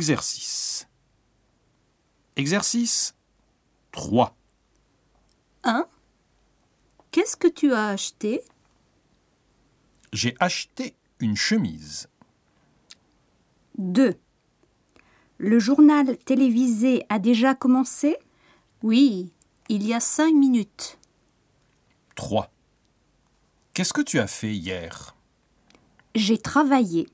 Exercice. Exercice 3. 1. Qu'est-ce que tu as acheté J'ai acheté une chemise. 2. Le journal télévisé a déjà commencé Oui, il y a cinq minutes. 3. Qu'est-ce que tu as fait hier J'ai travaillé.